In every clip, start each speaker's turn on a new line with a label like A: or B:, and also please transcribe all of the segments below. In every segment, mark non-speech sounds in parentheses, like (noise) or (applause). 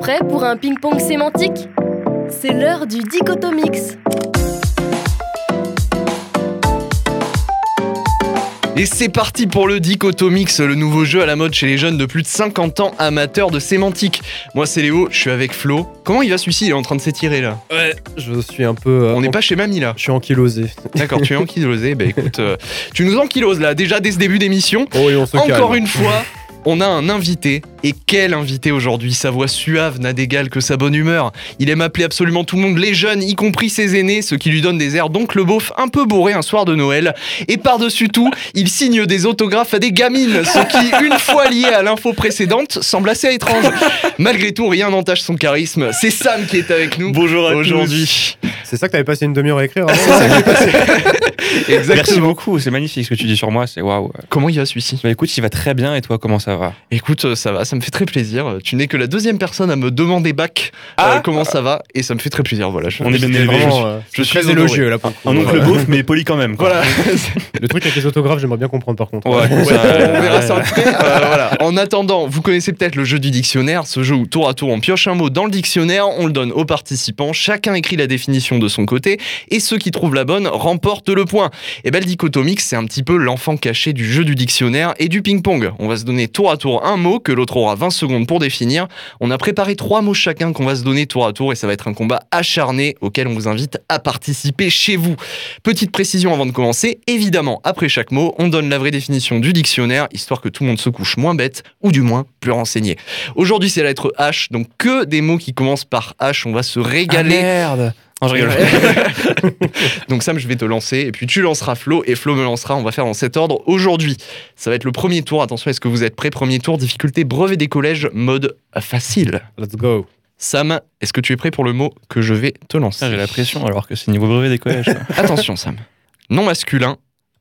A: Prêt pour un ping-pong sémantique C'est l'heure du dichotomix.
B: Et c'est parti pour le Dichotomix, le nouveau jeu à la mode chez les jeunes de plus de 50 ans amateurs de sémantique. Moi c'est Léo, je suis avec Flo. Comment il va celui-ci Il est en train de s'étirer là.
C: Ouais, je suis un peu. euh,
B: On n'est
C: en-
B: pas chez Mamie là.
C: Je suis ankylosé.
B: D'accord, tu es ankylosé. Bah écoute, euh, tu nous ankyloses là déjà dès ce début d'émission.
C: Oh, et on se
B: Encore
C: calme.
B: une fois, on a un invité. Et quel invité aujourd'hui Sa voix suave n'a d'égal que sa bonne humeur. Il aime appeler absolument tout le monde, les jeunes, y compris ses aînés, ce qui lui donne des airs donc le beauf un peu bourré un soir de Noël. Et par-dessus tout, il signe des autographes à des gamines, ce qui, une fois lié à l'info précédente, semble assez étrange. Malgré tout, rien n'entache son charisme. C'est Sam qui est avec nous.
D: Bonjour à
B: Aujourd'hui,
C: C'est ça que t'avais passé une demi-heure à écrire hein
B: (laughs)
C: avant
D: tous. Merci
B: exactement.
D: beaucoup, c'est magnifique ce que tu dis sur moi, c'est waouh.
B: Comment il va celui-ci
D: Bah écoute, il va très bien et toi comment ça va
B: Écoute, euh, ça va, ça me fait très plaisir. Tu n'es que la deuxième personne à me demander bac euh, comment ça va et ça me fait très plaisir. Voilà, je-
D: On est bien
B: j'étais
D: élevés.
B: vraiment-
C: Vraiment, euh,
B: je suis
C: Très
B: honoré.
C: élogieux là pour le coup.
D: Un oncle
C: Voilà.
D: beauf mais poli quand même. Quoi.
B: Voilà. (laughs)
C: Le truc avec les autographes, j'aimerais bien comprendre par contre.
D: Ouais,
B: Ouais,
D: ça, euh,
B: on verra
D: ouais,
B: ça
D: ouais.
B: après. Euh, voilà. En attendant, vous connaissez peut-être le jeu du dictionnaire, ce jeu où tour à tour on pioche un mot dans le dictionnaire, on le donne aux participants, chacun écrit la définition de son côté, et ceux qui trouvent la bonne remportent le point. Et ben le dichotomix, c'est un petit peu l'enfant caché du jeu du dictionnaire et du ping-pong. On va se donner tour à tour un mot que l'autre aura 20 secondes pour définir. On a préparé trois mots chacun qu'on va se donner tour à tour, et ça va être un combat acharné auquel on vous invite à participer chez vous. Petite précision avant de commencer, évidemment, après chaque mot, on donne la vraie définition du dictionnaire, histoire que tout le monde se couche moins bête, ou du moins plus renseigné. Aujourd'hui, c'est la lettre H, donc que des mots qui commencent par H, on va se régaler.
D: Ah, merde Non, je rigole.
B: (laughs) donc Sam, je vais te lancer, et puis tu lanceras Flo, et Flo me lancera, on va faire dans cet ordre aujourd'hui. Ça va être le premier tour, attention, est-ce que vous êtes prêts Premier tour, difficulté brevet des collèges, mode facile.
C: Let's go.
B: Sam, est-ce que tu es prêt pour le mot que je vais te lancer
D: Putain, Ah, J'ai la pression alors que c'est niveau brevet des
B: (laughs)
D: collèges. quoi.
B: Attention Sam. Non masculin,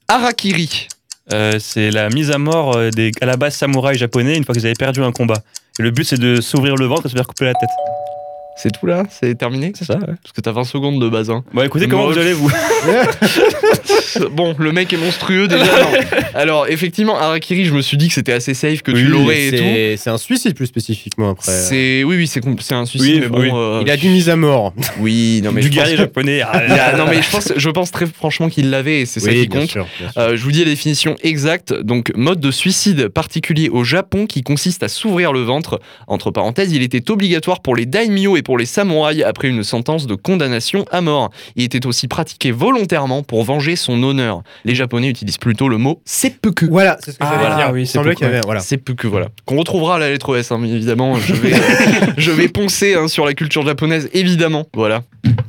B: Arakiri.
D: Euh, c'est la mise à mort euh, des à la base samouraïs japonais une fois qu'ils avaient perdu un combat. Et le but c'est de s'ouvrir le ventre et se faire couper la tête.
B: C'est tout là C'est terminé
D: C'est ça. Ouais.
B: Parce que t'as 20 secondes de base. hein. (laughs)
D: Bon écoutez comment
B: Moi,
D: vous allez vous.
B: bon, le mec est monstrueux déjà. non. Alors, effectivement, Arakiri, je me suis dit que c'était assez safe, que tu
D: Oui,
B: l'aurais et tout.
C: C'est c'est un suicide plus spécifiquement après.
B: C'est oui oui c'est com- c'est un suicide
D: Oui,
B: mais bon
D: oui.
B: euh,
C: Il a du mise à mort.
B: oui non mais
D: du
B: je pense
D: guerrier
B: que-
D: japonais. Ah,
B: (laughs) Ah, non mais je pense je pense très franchement qu'il l'avait et c'est ça qui
C: bien
B: compte
C: sûr, bien sûr.
B: Euh, je vous dis la définition exacte. Donc, mode de suicide particulier au Japon qui consiste à s'ouvrir le ventre. Entre parenthèses, il était obligatoire pour les daimyo et pour les samouraïs après une sentence de condamnation à mort. Il était aussi pratiqué volontairement pour venger son honneur. Les Japonais utilisent plutôt le mot seppuku.
C: Voilà, c'est ce que
D: Ah,
C: j'allais
D: voilà,
C: dire.
D: oui,
C: Il
D: c'est
C: semblait qu'il y
D: pourquoi.
C: avait. Voilà.
B: Seppuku, voilà. Qu'on retrouvera à la lettre S, hein, mais évidemment. Je vais, je vais poncer hein, sur la culture japonaise, évidemment. Voilà.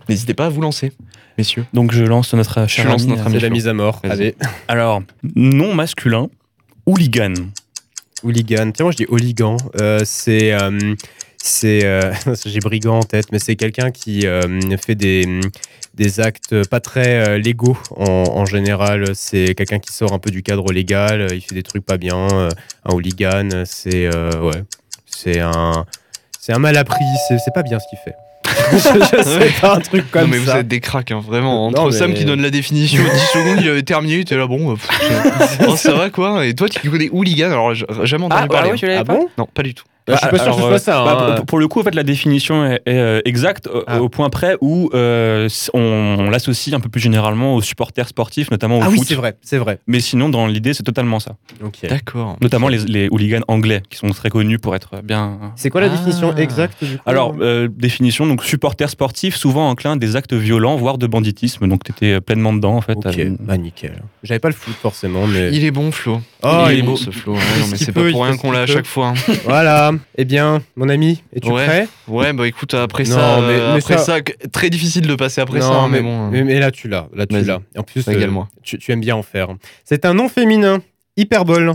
B: N'hésitez pas à vous lancer, messieurs.
D: Donc je lance notre cher
B: lance
D: ami,
B: notre
D: euh,
B: ami.
C: C'est la mise à mort.
B: Vas-y.
C: Allez,
D: Alors non masculin hooligan.
B: Ah,
C: hooligan. Tiens, moi je dis hooligan. Euh, c'est. euh, c'est euh, (laughs) j'ai brigand en tête mais c'est quelqu'un qui euh, fait des des actes pas très euh, légaux en, en général c'est quelqu'un qui sort un peu du cadre légal euh, il fait des trucs pas bien euh, un hooligan c'est euh, ouais c'est un c'est un mal appris c'est c'est pas bien ce qu'il fait (laughs) je sais pas un truc comme
B: non, mais
C: ça
B: vous êtes des cracks, hein, vraiment. Entre
C: Non, mais-
B: Sam qui donne la
C: (laughs)
B: définition, 10 secondes, il avait terminé, t'es là, bon, euh, pff, oh, ça va quoi. Et toi, tu connais Hooligan, alors j- jamais entendu parler. hein.
C: ah bon
B: Non, pas du tout.
C: Bah, je suis pas sûr que ce
D: Alors,
C: soit
D: euh,
C: ça
D: bah,
C: hein.
D: pour, pour le coup, en fait, la définition est, est, euh, exacte au-
C: Ah.
D: au point près où euh, s- on, on l'associe un peu plus généralement aux supporters sportifs, notamment au
C: ah oui
D: foot.
C: c'est vrai c'est vrai
D: Mais sinon, dans l'idée, c'est totalement ça.
C: ok
B: D'accord.
D: Notamment les, les hooligans anglais, qui sont très connus pour être bien.
C: C'est quoi la
B: Ah.
C: définition exacte du coup
D: Alors, euh, définition, donc supporter sportif, souvent enclin à des actes violents, voire de banditisme. Donc, t'étais pleinement dedans, en fait.
C: Ok,
D: Euh,
C: bah nickel. J'avais pas le foot forcément, mais.
B: Il est bon, Flo.
C: Oh,
B: il,
C: il
B: est
C: est
B: bon,
C: bon.
B: ce Flo. Ouais,
C: Il fait
B: non,
C: ce
B: mais
C: qu'il
B: c'est pas
C: peut, il
B: pour rien
C: fait ce
B: qu'on l'a à
C: qu'il
B: chaque fois. hein.
C: Voilà. Eh bien, mon ami, es-tu
B: Ouais.
C: prêt
B: Ouais, bah écoute, après
C: Non,
B: ça,
C: mais-
B: euh,
C: mais
B: après
C: ça-
B: ça, que- très difficile de passer après ça, hein, mais, bon.
C: mais, mais là tu l'as, là tu
B: Vas-y.
C: l'as. En plus,
B: Régale-moi.
C: euh, tu, tu aimes bien en faire. C'est un nom féminin. Hyperbole.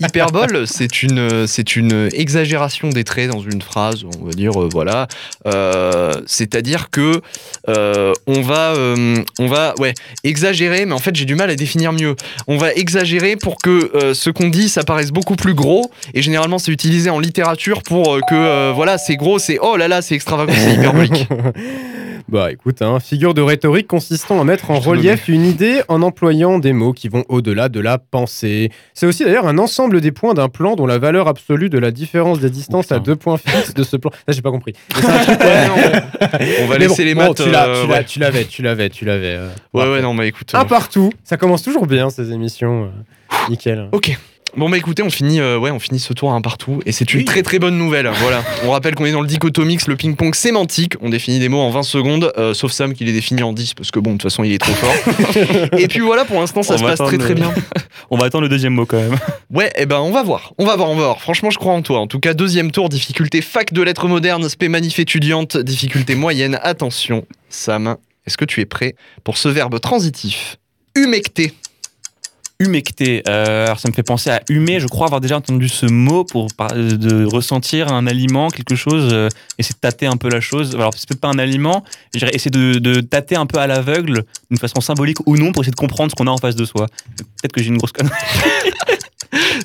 B: Hyperbole, c'est une, c'est une exagération des traits dans une phrase, on va dire, euh, voilà. Euh, C'est-à-dire que euh, on va, euh, on va, ouais, exagérer, mais en fait j'ai du mal à définir mieux. On va exagérer pour que euh, ce qu'on dit, ça paraisse beaucoup plus gros, et généralement c'est utilisé en littérature pour euh, que, euh, voilà, c'est gros, c'est oh là là, c'est extravagant, c'est hyperbolique.
C: (laughs) Bah écoute, hein, figure de rhétorique consistant à mettre en relief une idée en employant des mots qui vont au-delà de la pensée. C'est aussi d'ailleurs un ensemble des points d'un plan dont la valeur absolue de la différence des distances
D: Oh,
C: à
D: putain.
C: deux points fixes de ce plan. Là, j'ai
B: (laughs)
C: pas compris.
B: On va
C: Mais
B: laisser
C: bon,
B: les
C: bon,
B: maths.
C: tu, l'as-
B: euh,
C: tu l'as-
B: ouais.
C: tu l'avais, tu l'avais, tu l'avais. euh,
B: Ouais, ouais, non, bah écoute. euh,
C: Un partout. Ça commence toujours bien ces émissions. euh, Nickel.
B: Ok. Bon bah écoutez, on finit, euh, ouais, on finit ce tour à un partout et c'est une très très bonne nouvelle. Voilà. On rappelle qu'on est dans le dichotomix, le ping-pong sémantique. On définit des mots en 20 secondes, euh, sauf Sam qui les définit en 10 parce que bon, de toute façon, il est trop
D: (laughs)
B: fort. et puis voilà, pour l'instant, ça
D: On
B: se
D: va
B: passe très
D: attendre
B: très
D: le-
B: bien.
D: On va attendre le deuxième mot quand même.
B: Ouais, eh ben on va voir. On va voir, on va voir. Franchement, je crois en toi. En tout cas, deuxième tour, difficulté fac de lettres modernes, spé manif étudiante, difficulté moyenne. Attention, Sam, est-ce que tu es prêt pour ce verbe transitif Humecter.
D: Humecter. Euh, alors ça me fait penser à humer. Je crois avoir déjà entendu ce mot pour par- de ressentir un aliment, quelque chose, euh, essayer de tâter un peu la chose. Alors c'est peut-être pas un aliment. Je dirais essayer de, de tâter un peu à l'aveugle, d'une façon symbolique ou non, pour essayer de comprendre ce qu'on a en face de soi. Peut-être que j'ai une grosse connerie.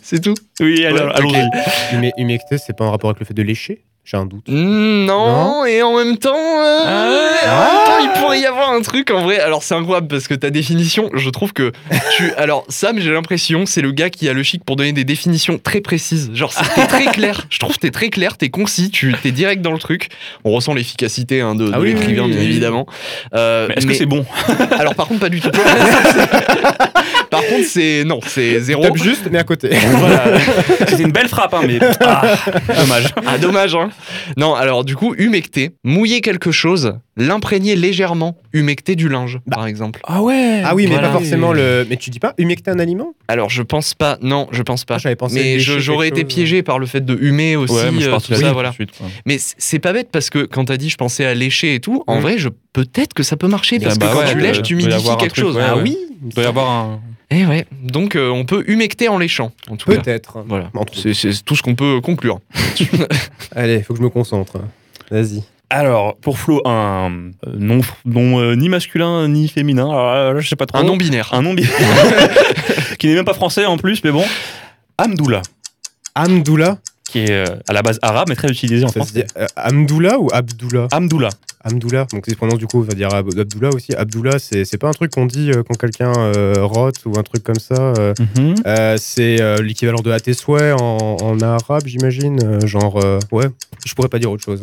B: C'est tout
D: Oui, alors,
B: Ouais, ok.
D: allons-y.
C: Humé- Humecter, c'est pas en rapport avec le fait de lécher J'ai un doute.
B: Mm, Non, et en même temps, euh, en
D: Ah.
B: même temps, il pourrait y avoir un truc en vrai. Alors c'est incroyable parce que ta définition, je trouve que tu. Alors Sam, j'ai l'impression, c'est le gars qui a le chic pour donner des définitions très précises. Genre c'est- t'es très clair. Je trouve que t'es très clair, t'es concis, tu t'es direct dans le truc. On ressent l'efficacité hein, de, de
C: Ah oui,
B: l'écrivain
C: oui, oui,
B: bien
C: oui.
B: évidemment. Euh,
D: Mais Est-ce
B: mais-
D: que c'est bon
B: Alors par contre pas du tout. par contre c'est non, c'est zéro.
C: Tape juste, mais à côté.
D: Voilà. (laughs) C'était une belle frappe, hein, mais ah, dommage.
B: Ah, dommage, hein Non, alors du coup, humecter, mouiller quelque chose, l'imprégner légèrement, humecter du linge, par exemple.
D: Ah ouais
C: (laughs) Ah oui, mais
D: Voilà.
C: pas forcément le. Mais tu dis pas humecter un aliment
B: Alors, je pense pas, non, je pense pas.
C: Ah, J'avais pensé.
B: mais
C: lécher
B: je-
C: quelque
B: j'aurais été
C: chose.
B: piégé par le fait de humer aussi,
D: Ouais, mais je
B: euh,
D: pense
B: tout
D: que
B: ça,
D: oui,
B: voilà.
D: tout de suite, quoi.
B: Mais c- c'est pas bête parce que quand t'as dit je pensais à lécher et tout, en
C: Mm.
B: vrai, je peut-être que ça peut marcher parce
D: Ah
B: que
D: bah
B: quand
D: ouais,
B: tu
D: euh,
B: lèches, tu
D: doit y
B: minifies
D: avoir un
B: quelque
D: truc,
B: chose.
D: ouais,
C: Ah
D: ouais.
C: oui
D: Il doit y avoir un.
B: Eh ouais. Donc, euh, on peut humecter en léchant, en tout cas.
C: Peut-être.
B: Voilà.
C: Entre
B: C'est c'est tout ce qu'on peut conclure.
C: Allez, faut que je me concentre. Vas-y.
D: Alors, pour Flo, un euh, nom, nom euh, ni masculin ni féminin. Alors euh, là, là, je sais pas trop.
B: Un nom binaire.
D: Un nom
B: (laughs)
D: bi- qui n'est même pas français en plus, mais bon. Amdoula,
C: Amdoula
D: qui est euh, à la base arabe, mais très utilisé en
C: Ça
D: France.
C: se dit euh, Amdoula ou Abdoula
D: Amdoula.
C: Amdoula. Donc, si se prononce du coup, on va dire Ab- Abdoula aussi. Abdoula, c'est c'est pas un truc qu'on dit euh, quand quelqu'un euh, rote ou un truc comme ça. euh.
B: Mhm.
C: Euh, c'est euh, l'équivalent de Atesoué en, en arabe, j'imagine. euh, genre, euh, ouais, je pourrais pas dire autre chose.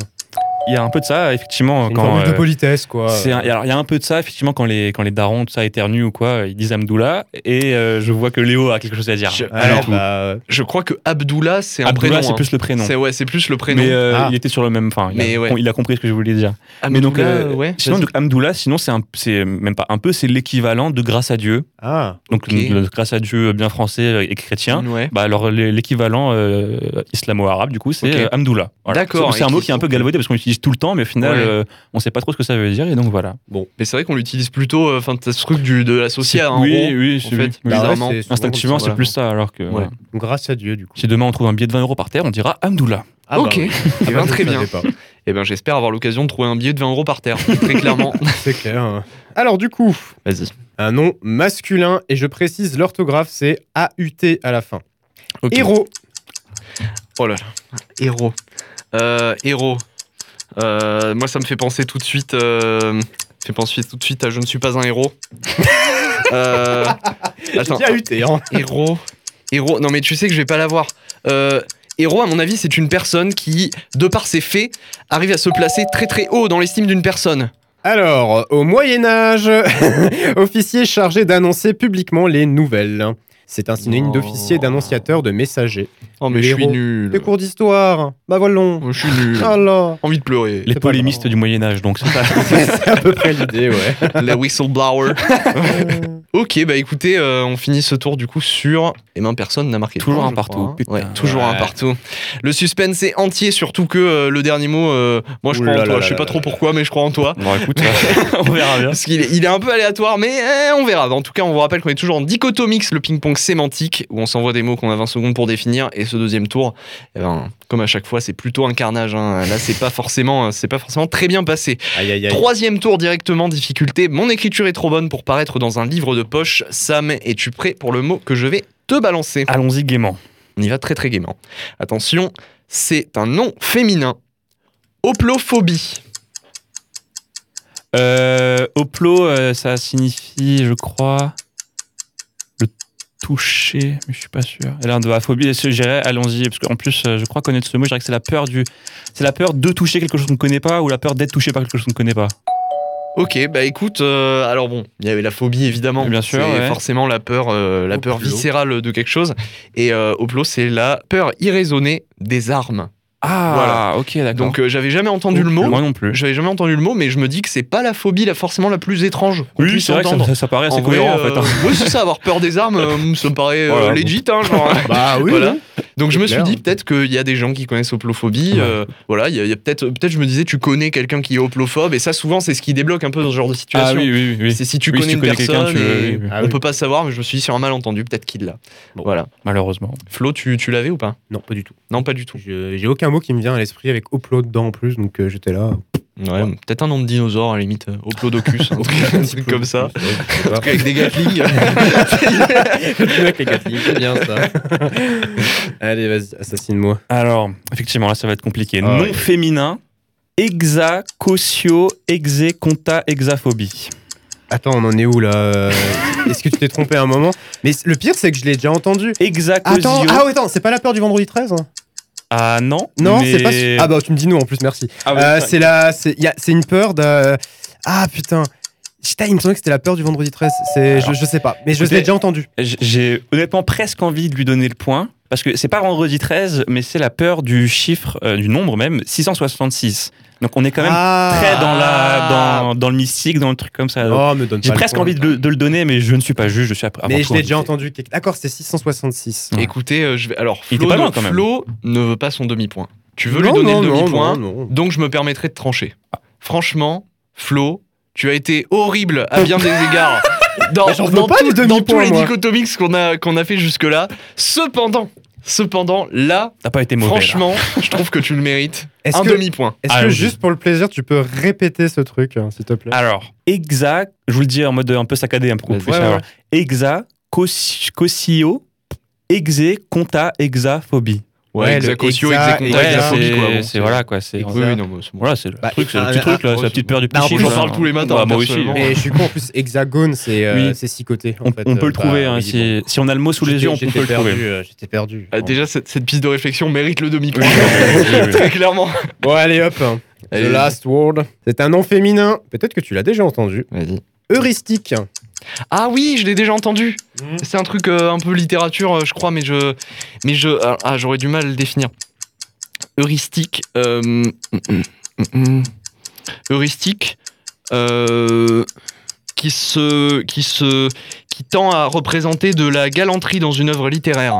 D: Il y a un peu de ça, effectivement.
C: Une
D: quand,
C: formule de
D: euh,
C: politesse, quoi.
D: c'est un- alors, il y a un peu de ça, effectivement, quand les, quand les darons, tout ça, éternuent ou quoi, ils disent Amdoula. Et euh, je vois que Léo a quelque chose à dire.
B: Je-
C: Ouais,
B: alors,
C: bah,
B: Je crois que Abdullah, c'est un
D: Abdoula,
B: prénom.
D: c'est
B: hein.
D: plus le prénom.
B: C'est ouais, c'est plus le prénom.
D: Mais euh,
C: Ah.
D: il était sur le même. Enfin, il, a-
B: Mais ouais.
D: il a compris ce que je voulais dire.
B: Abdullah,
D: Mais donc, euh,
B: Ah, ouais.
D: Sinon, donc, Amdoula, sinon, c'est un- c'est même pas un peu, c'est l'équivalent de grâce à Dieu.
C: ah,
D: Donc,
B: Ok. Mmh.
D: le- grâce à Dieu euh, bien français et chrétien.
B: Ouais.
D: Bah alors l'é- l'équivalent euh, islamo-arabe du coup c'est
B: Ok.
D: euh, Amdoula. Voilà.
B: D'accord.
D: C'est c'est un
B: Et
D: mot
B: qui-
D: qui est un peu galvaudé parce qu'on l'utilise tout le temps mais au final
B: Ouais.
D: euh, on sait pas trop ce que ça veut dire et donc voilà.
B: Mais c'est vrai qu'on l'utilise plutôt, euh, enfin, t'as ce truc du, de l'associer à un
D: oui,
B: rond,
D: oui,
B: en
D: c'est-
B: fait,
D: oui.
C: Bah ouais,
B: bizarrement.
C: c'est souvent
D: Instinctivement
C: comme
D: c'est
C: ça,
D: plus ça alors que voilà.
C: voilà. Grâce à Dieu, du coup.
D: si demain on trouve un billet de 20 euros par terre on dira Amdoula.
C: Ah bah
B: ok, Eh
C: oui. Ah
B: ben,
C: bah, (laughs) je
B: très
C: le
B: bien.
C: savais pas.
B: Eh ben, j'espère avoir l'occasion de trouver un billet de 20 euros par terre, (laughs) très clairement.
C: C'est clair. hein. Alors, du coup,
B: Vas-y.
C: un nom masculin, et je précise, l'orthographe, c'est A-U-T à la fin.
B: Ok.
C: Héros.
B: Oh là là. Héros. Euh, héros. Euh, moi, ça me fait penser tout de suite. euh, ça me fait penser tout de suite à Je ne suis pas un (laughs) héros. Euh, attends,
C: J'ai dit A-U-T, hein.
B: héros. Héros. Non, mais tu sais que je vais pas l'avoir. Euh, héros, à mon avis, c'est une personne qui, de par ses faits, arrive à se placer très très haut dans l'estime d'une personne.
C: Alors, au Moyen Âge, (laughs) officier chargé d'annoncer publiquement les nouvelles. C'est un synonyme
B: Oh.
C: d'officier, d'annonciateur, de messager.
B: Oh, mais je suis
C: Héros. Ah,
B: nul. Oh,
C: Les cours d'histoire, bah voilà.
B: Je suis nul. (laughs)
C: Alors,
B: Envie de pleurer.
D: Les
C: C'est pas
D: polémistes
C: grave.
D: du Moyen Âge donc
B: (laughs)
D: c'est ça.
C: c'est à peu près l'idée, ouais.
B: La whistleblower. (laughs) ok, bah écoutez, euh, on finit ce tour du coup sur. Et ben personne n'a marqué. de
D: Toujours
B: point,
D: un
B: je
D: partout,
B: crois, hein.
D: putain.
B: Ouais, toujours un
C: Ouais.
B: partout. Le suspense est entier, surtout que euh, le dernier mot, euh, moi je
C: Ouh
B: crois en
C: là
B: toi.
C: là
B: Je sais
C: là
B: pas
C: là
B: trop
C: là
B: pourquoi, mais je crois en toi.
D: bon écoute euh, (laughs) on
B: (laughs)
D: verra bien.
B: Parce qu'il est, il est un peu aléatoire, mais euh, on verra. En tout cas, on vous rappelle qu'on est toujours en dichotomix, le ping-pong sémantique, où on s'envoie des mots qu'on a 20 secondes pour définir. Et ce deuxième tour, eh ben, comme à chaque fois, c'est plutôt un carnage. hein. Là, c'est pas forcément, euh, c'est pas forcément très bien passé.
C: Aïe, aïe, aïe.
B: Troisième tour directement, difficulté. Mon écriture est trop bonne pour paraître dans un livre de poche. Sam, es-tu prêt pour le mot que je vais te balancer
D: Allons-y gaiement.
B: On y va très très gaiement. Attention, c'est un nom féminin. Hoplophobie.
D: Euh, Oplo, euh, ça signifie, je crois, le toucher, mais je suis pas sûr. Et là, de la phobie, je dirais, allons-y, parce qu'en plus, euh, je crois connaître ce mot, je dirais que c'est la peur du, c'est la peur de toucher quelque chose qu'on ne connaît pas ou la peur d'être touché par quelque chose qu'on ne connaît pas.
B: Ok, bah écoute, euh, alors bon, il y avait la phobie évidemment,
D: Bien sûr,
B: c'est
D: ouais.
B: forcément la peur, euh, la peur
C: Oplo.
B: viscérale de quelque chose, et euh, Oplo c'est la peur irraisonnée des armes.
D: Ah,
B: Voilà.
D: ok, d'accord.
B: Donc euh, j'avais jamais entendu le mot,
D: Moi non plus.
B: j'avais jamais entendu le mot, mais je me dis que c'est pas la phobie la forcément la plus étrange qu'on
D: Oui,
B: puisse
D: Ah, c'est vrai que ça,
B: entendre.
D: ça- ça paraît assez
B: En vrai,
D: cohérent en
B: euh,
D: fait. hein.
B: ouais, c'est ça, avoir peur des armes, euh, ça me paraît euh,
D: Voilà, bon.
B: legit, hein, genre. hein.
C: Bah oui.
B: Voilà. Donc je me suis
C: clair.
B: dit peut-être qu'il y a des gens qui connaissent Oplophobie.
D: Ouais.
B: euh, voilà, il y a, il y a peut-être, peut-être je me disais tu connais quelqu'un qui est Oplophobe et ça souvent c'est ce qui débloque un peu dans ce genre de situation.
D: Ah oui, oui, oui.
B: C'est si tu
D: Oui,
B: connais
D: si tu
B: une
D: connais quelqu'un,
B: personne,
D: tu-
B: et
D: oui, oui.
B: on
C: Ah oui.
B: peut pas savoir, mais je me suis dit sur un malentendu peut-être qu'il l'a.
C: Bon.
B: Voilà.
D: Malheureusement.
B: Flo, tu, tu l'avais ou pas
C: Non, pas du tout.
B: Non, pas du tout.
C: Je- J'ai aucun mot qui me vient à l'esprit avec Oplo dedans en plus, donc euh, j'étais là.
B: Ouais, Peut-être un nom de dinosaure à la limite, euh, (laughs) Oplodocus, un truc, un truc comme ça.
C: Je
B: (laughs)
C: sais pas. (laughs)
B: Avec des gatlings.
C: Le mec, les gars, c'est bien
B: (laughs)
C: ça. Allez, vas-y, assassine-moi.
D: Alors, effectivement, là, ça va être compliqué.
C: Ah
D: non
C: oui.
D: féminin, hexa, cotio, exé, conta, hexaphobie.
C: Attends, on en est où là Euh, Est-ce que tu t'es trompé à un moment Mais c- le pire, c'est que je l'ai déjà entendu.
D: Hexa,
C: Attends,
D: cosio-
C: ah ouais, attends, c'est pas la peur du vendredi 13 hein
D: Ah non
C: Non,
D: mais-
C: c'est pas. su- Ah bah tu me dis non en plus, merci.
D: Ah,
C: Euh,
D: bah,
C: c'est la, c'est y a- c'est une peur de. Ah putain. Putain, il me semblait que c'était la peur du vendredi 13. C'est, je, je sais pas, mais je l'ai
D: écoutez-
C: déjà entendu.
D: J- J'ai honnêtement presque envie de lui donner le point. Parce que c'est pas vendredi 13, mais c'est la peur du chiffre, euh, du nombre même, 666. Donc on est quand même
C: ah.
D: très dans, la, dans, dans le mystique, dans le truc comme ça.
C: Oh, me donne
D: J'ai
C: pas le
D: presque
C: point.
D: envie de, le- de le donner, mais je ne suis pas juge, je suis après.
C: Mais je l'ai déjà entendu. quelque- D'accord, c'est 666.
D: Ouais.
B: Écoutez, euh, je vais. Alors, Flo,
D: Il était pas
B: ne-
D: loin, quand même.
B: Flo ne veut pas son demi-point. Tu veux
C: Non,
B: lui donner
C: non,
B: le
C: non,
B: demi-point
C: non, non.
B: Donc je me permettrai de trancher. Franchement, Flo, tu as été horrible à
C: (laughs)
B: bien des égards. Dans,
C: Mais j'en veux
B: dans
C: pas
B: tout-
C: du
B: dans tous
C: demi-point,
B: les
C: moi.
B: dichotomiques qu'on a, qu'on a fait jusque-là. Cependant, cependant, là,
D: T'as pas été mauvais. là.
B: franchement, je trouve que tu le mérites.
C: (laughs) Est-ce
B: Un
C: que,
B: demi-point.
C: est-ce que
D: Allons-y.
C: juste pour le plaisir, tu peux répéter ce truc, hein, s'il te plaît
D: Alors, hexa, je vous le dis en mode un peu saccadé, hein, un peu
B: Vas-y.
D: plus.
C: Ouais,
D: alors. Hexa, cos- cosio, exé, conta, hexa, phobie.
C: Ouais, le
B: hexacosio,
C: hexa-
B: hexaconta,
C: Ouais,
B: hexaphobie,
D: c'est
B: quoi, bon,
D: c'est- voilà quoi. C'est
B: Oui, oui, non, mais c'est bon.
D: voilà, c'est le
C: Bah,
D: truc, c'est le
C: ah,
D: petit
C: ah,
D: truc, là,
C: ah,
D: c'est la petite
B: bon.
D: peur du petit
B: Bah, en plus,
D: chiffre,
B: j'en
D: là.
B: parle tous les matins,
D: Ouais, moi aussi.
B: personnellement.
D: Et
C: Et je suis con, en plus, hexagone, c'est euh,
D: Oui.
C: c'est six côtés. en
D: On,
C: fait.
D: on peut
C: Euh,
D: le
C: bah,
D: trouver, hein,
C: oui, bon.
D: si, si on a le mot sous les
C: J'étais-
D: yeux, on peut
C: j'étais
D: le
C: perdu,
D: trouver.
C: euh, J'étais perdu.
B: Ah,
C: Bon.
B: déjà, cette, cette piste de réflexion mérite le demi-point. (laughs) Très clairement.
C: Bon, allez, hop. hein. The
B: Allez.
C: Last Word. C'est un nom féminin. Peut-être que tu l'as déjà entendu.
B: Vas-y.
C: Heuristique.
B: Ah oui, je l'ai déjà entendu.
C: Mhm.
B: C'est un truc euh, un peu littérature, euh, je crois, mais je, mais je, ah, ah, j'aurais du mal à le définir. Heuristique, euh, mm, mm, mm, mm. heuristique, euh, qui se, qui se, qui tend à représenter de la galanterie dans une œuvre littéraire.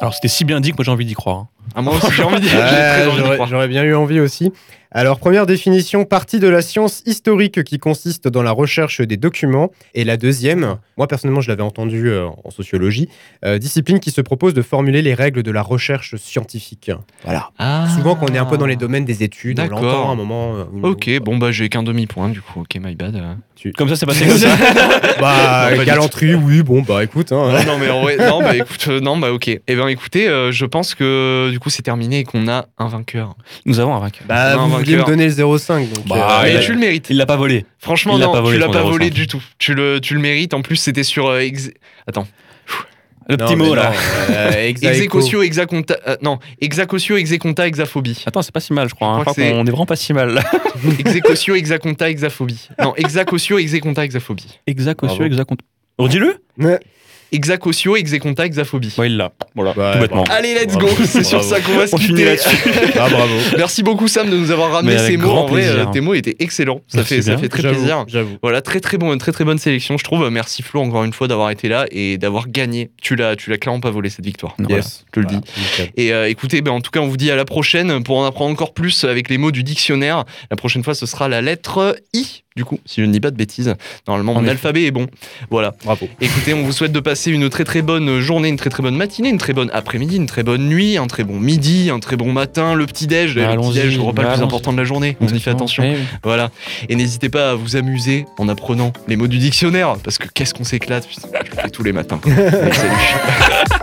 D: Alors, c'était si bien dit que moi j'ai envie d'y croire. hein.
B: Ah, moi aussi, j'ai envie d'y (laughs) j'ai
C: (laughs) Ouais,
B: très envie d'y
C: J'aurais
B: croire.
C: j'aurais bien eu envie aussi. Alors, première définition, partie de la science historique qui consiste dans la recherche des documents. Et la deuxième, moi personnellement, je l'avais entendu euh, en sociologie, euh, discipline qui se propose de formuler les règles de la recherche scientifique. Voilà.
B: Ah.
C: Souvent, quand on est un peu dans les domaines des études, on
B: D'accord.
C: l'entend à un moment. euh, ou-
B: Ok, bon bah j'ai qu'un demi-point du coup. Ok, my bad. euh.
D: Comme ça, c'est passé comme ça.
C: Bah,
B: Non, pas du
C: galanterie, oui, bon, bah écoute. hein.
B: Ah Non, non, mais en vrai, non, bah écoute, euh, non, bah ok. Eh ben écoutez, euh, je pense que du coup c'est terminé et qu'on a un vainqueur.
D: Nous avons un vainqueur.
C: Bah,
B: Non,
C: vous vouliez me
B: vainqueur.
C: donner le 0,5. donc, euh,
D: Bah, Ah,
B: mais
D: il a-
B: tu le mérites.
D: Il l'a pas volé.
B: Franchement,
D: il l'a
B: non,
D: pas volé,
B: tu l'as
D: son
B: pas
D: zéro
B: volé
D: cinq.
B: du tout. Tu le, tu le mérites. En plus, c'était sur euh, ex-
D: Le
C: Non,
D: petit
C: mais
D: mot là.
C: non, euh,
D: (laughs)
C: exa aequo.
B: execotio, exaconta. euh, non, exacotio, exaconta, exaphobie.
D: Attends, c'est pas si mal, je crois. hein.
B: Je
D: Je
B: crois
D: crois
B: que c'est-
D: qu'on est vraiment pas si mal là.
B: (laughs) Execotio, exaconta, exaphobie. Non, exacotio, execonta, exaphobie.
D: Exa,
C: Bravo.
D: cosio, hexa, conta. Redis-le
C: Ouais.
B: Exacotio, execonta, exaphobie.
D: Ouais, il l'a. Voilà,
C: Bah,
D: tout bêtement.
B: Allez, let's
C: Bravo,
B: go. C'est sur
C: bravo.
B: ça qu'on va se
D: On finit
B: quitter.
D: là-dessus. (laughs)
C: Ah, bravo.
B: Merci beaucoup Sam de nous avoir ramené
D: Mais avec
B: ces mots.
D: grand
B: En vrai, euh,
D: plaisir.
B: tes mots étaient excellents. Ça
D: Merci
B: fait, ça
D: bien.
B: fait très
C: J'avoue,
B: plaisir.
C: J'avoue.
B: Voilà, très très bon, très très bonne sélection, je trouve. Merci Flo encore une fois d'avoir été là et d'avoir gagné. Tu l'as, tu l'as clairement pas volé cette victoire.
D: Non,
B: Voilà, je te le dis.
C: dis.
B: Et euh, écoutez, ben, en tout cas, on vous dit à la prochaine pour en apprendre encore plus avec les mots du dictionnaire. La prochaine fois, ce sera la lettre I. Du coup, si je ne dis pas de bêtises, normalement
D: En
B: mon
D: effet.
B: alphabet est bon. Voilà.
C: Bravo.
B: Écoutez, on vous souhaite de passer une très très bonne journée, une très très bonne matinée, une très bonne après-midi, une très bonne nuit, un très bon midi, un très bon matin, le petit déj, le petit
D: Allons-y,
B: déj, le repas le plus
D: allons-y.
B: important de la journée. On y fait attention.
D: Ouais, ouais.
B: Voilà. Et n'hésitez pas à vous amuser en apprenant les mots du dictionnaire, parce que qu'est-ce qu'on s'éclate, putain, je le fais tous les matins. Allez, salut.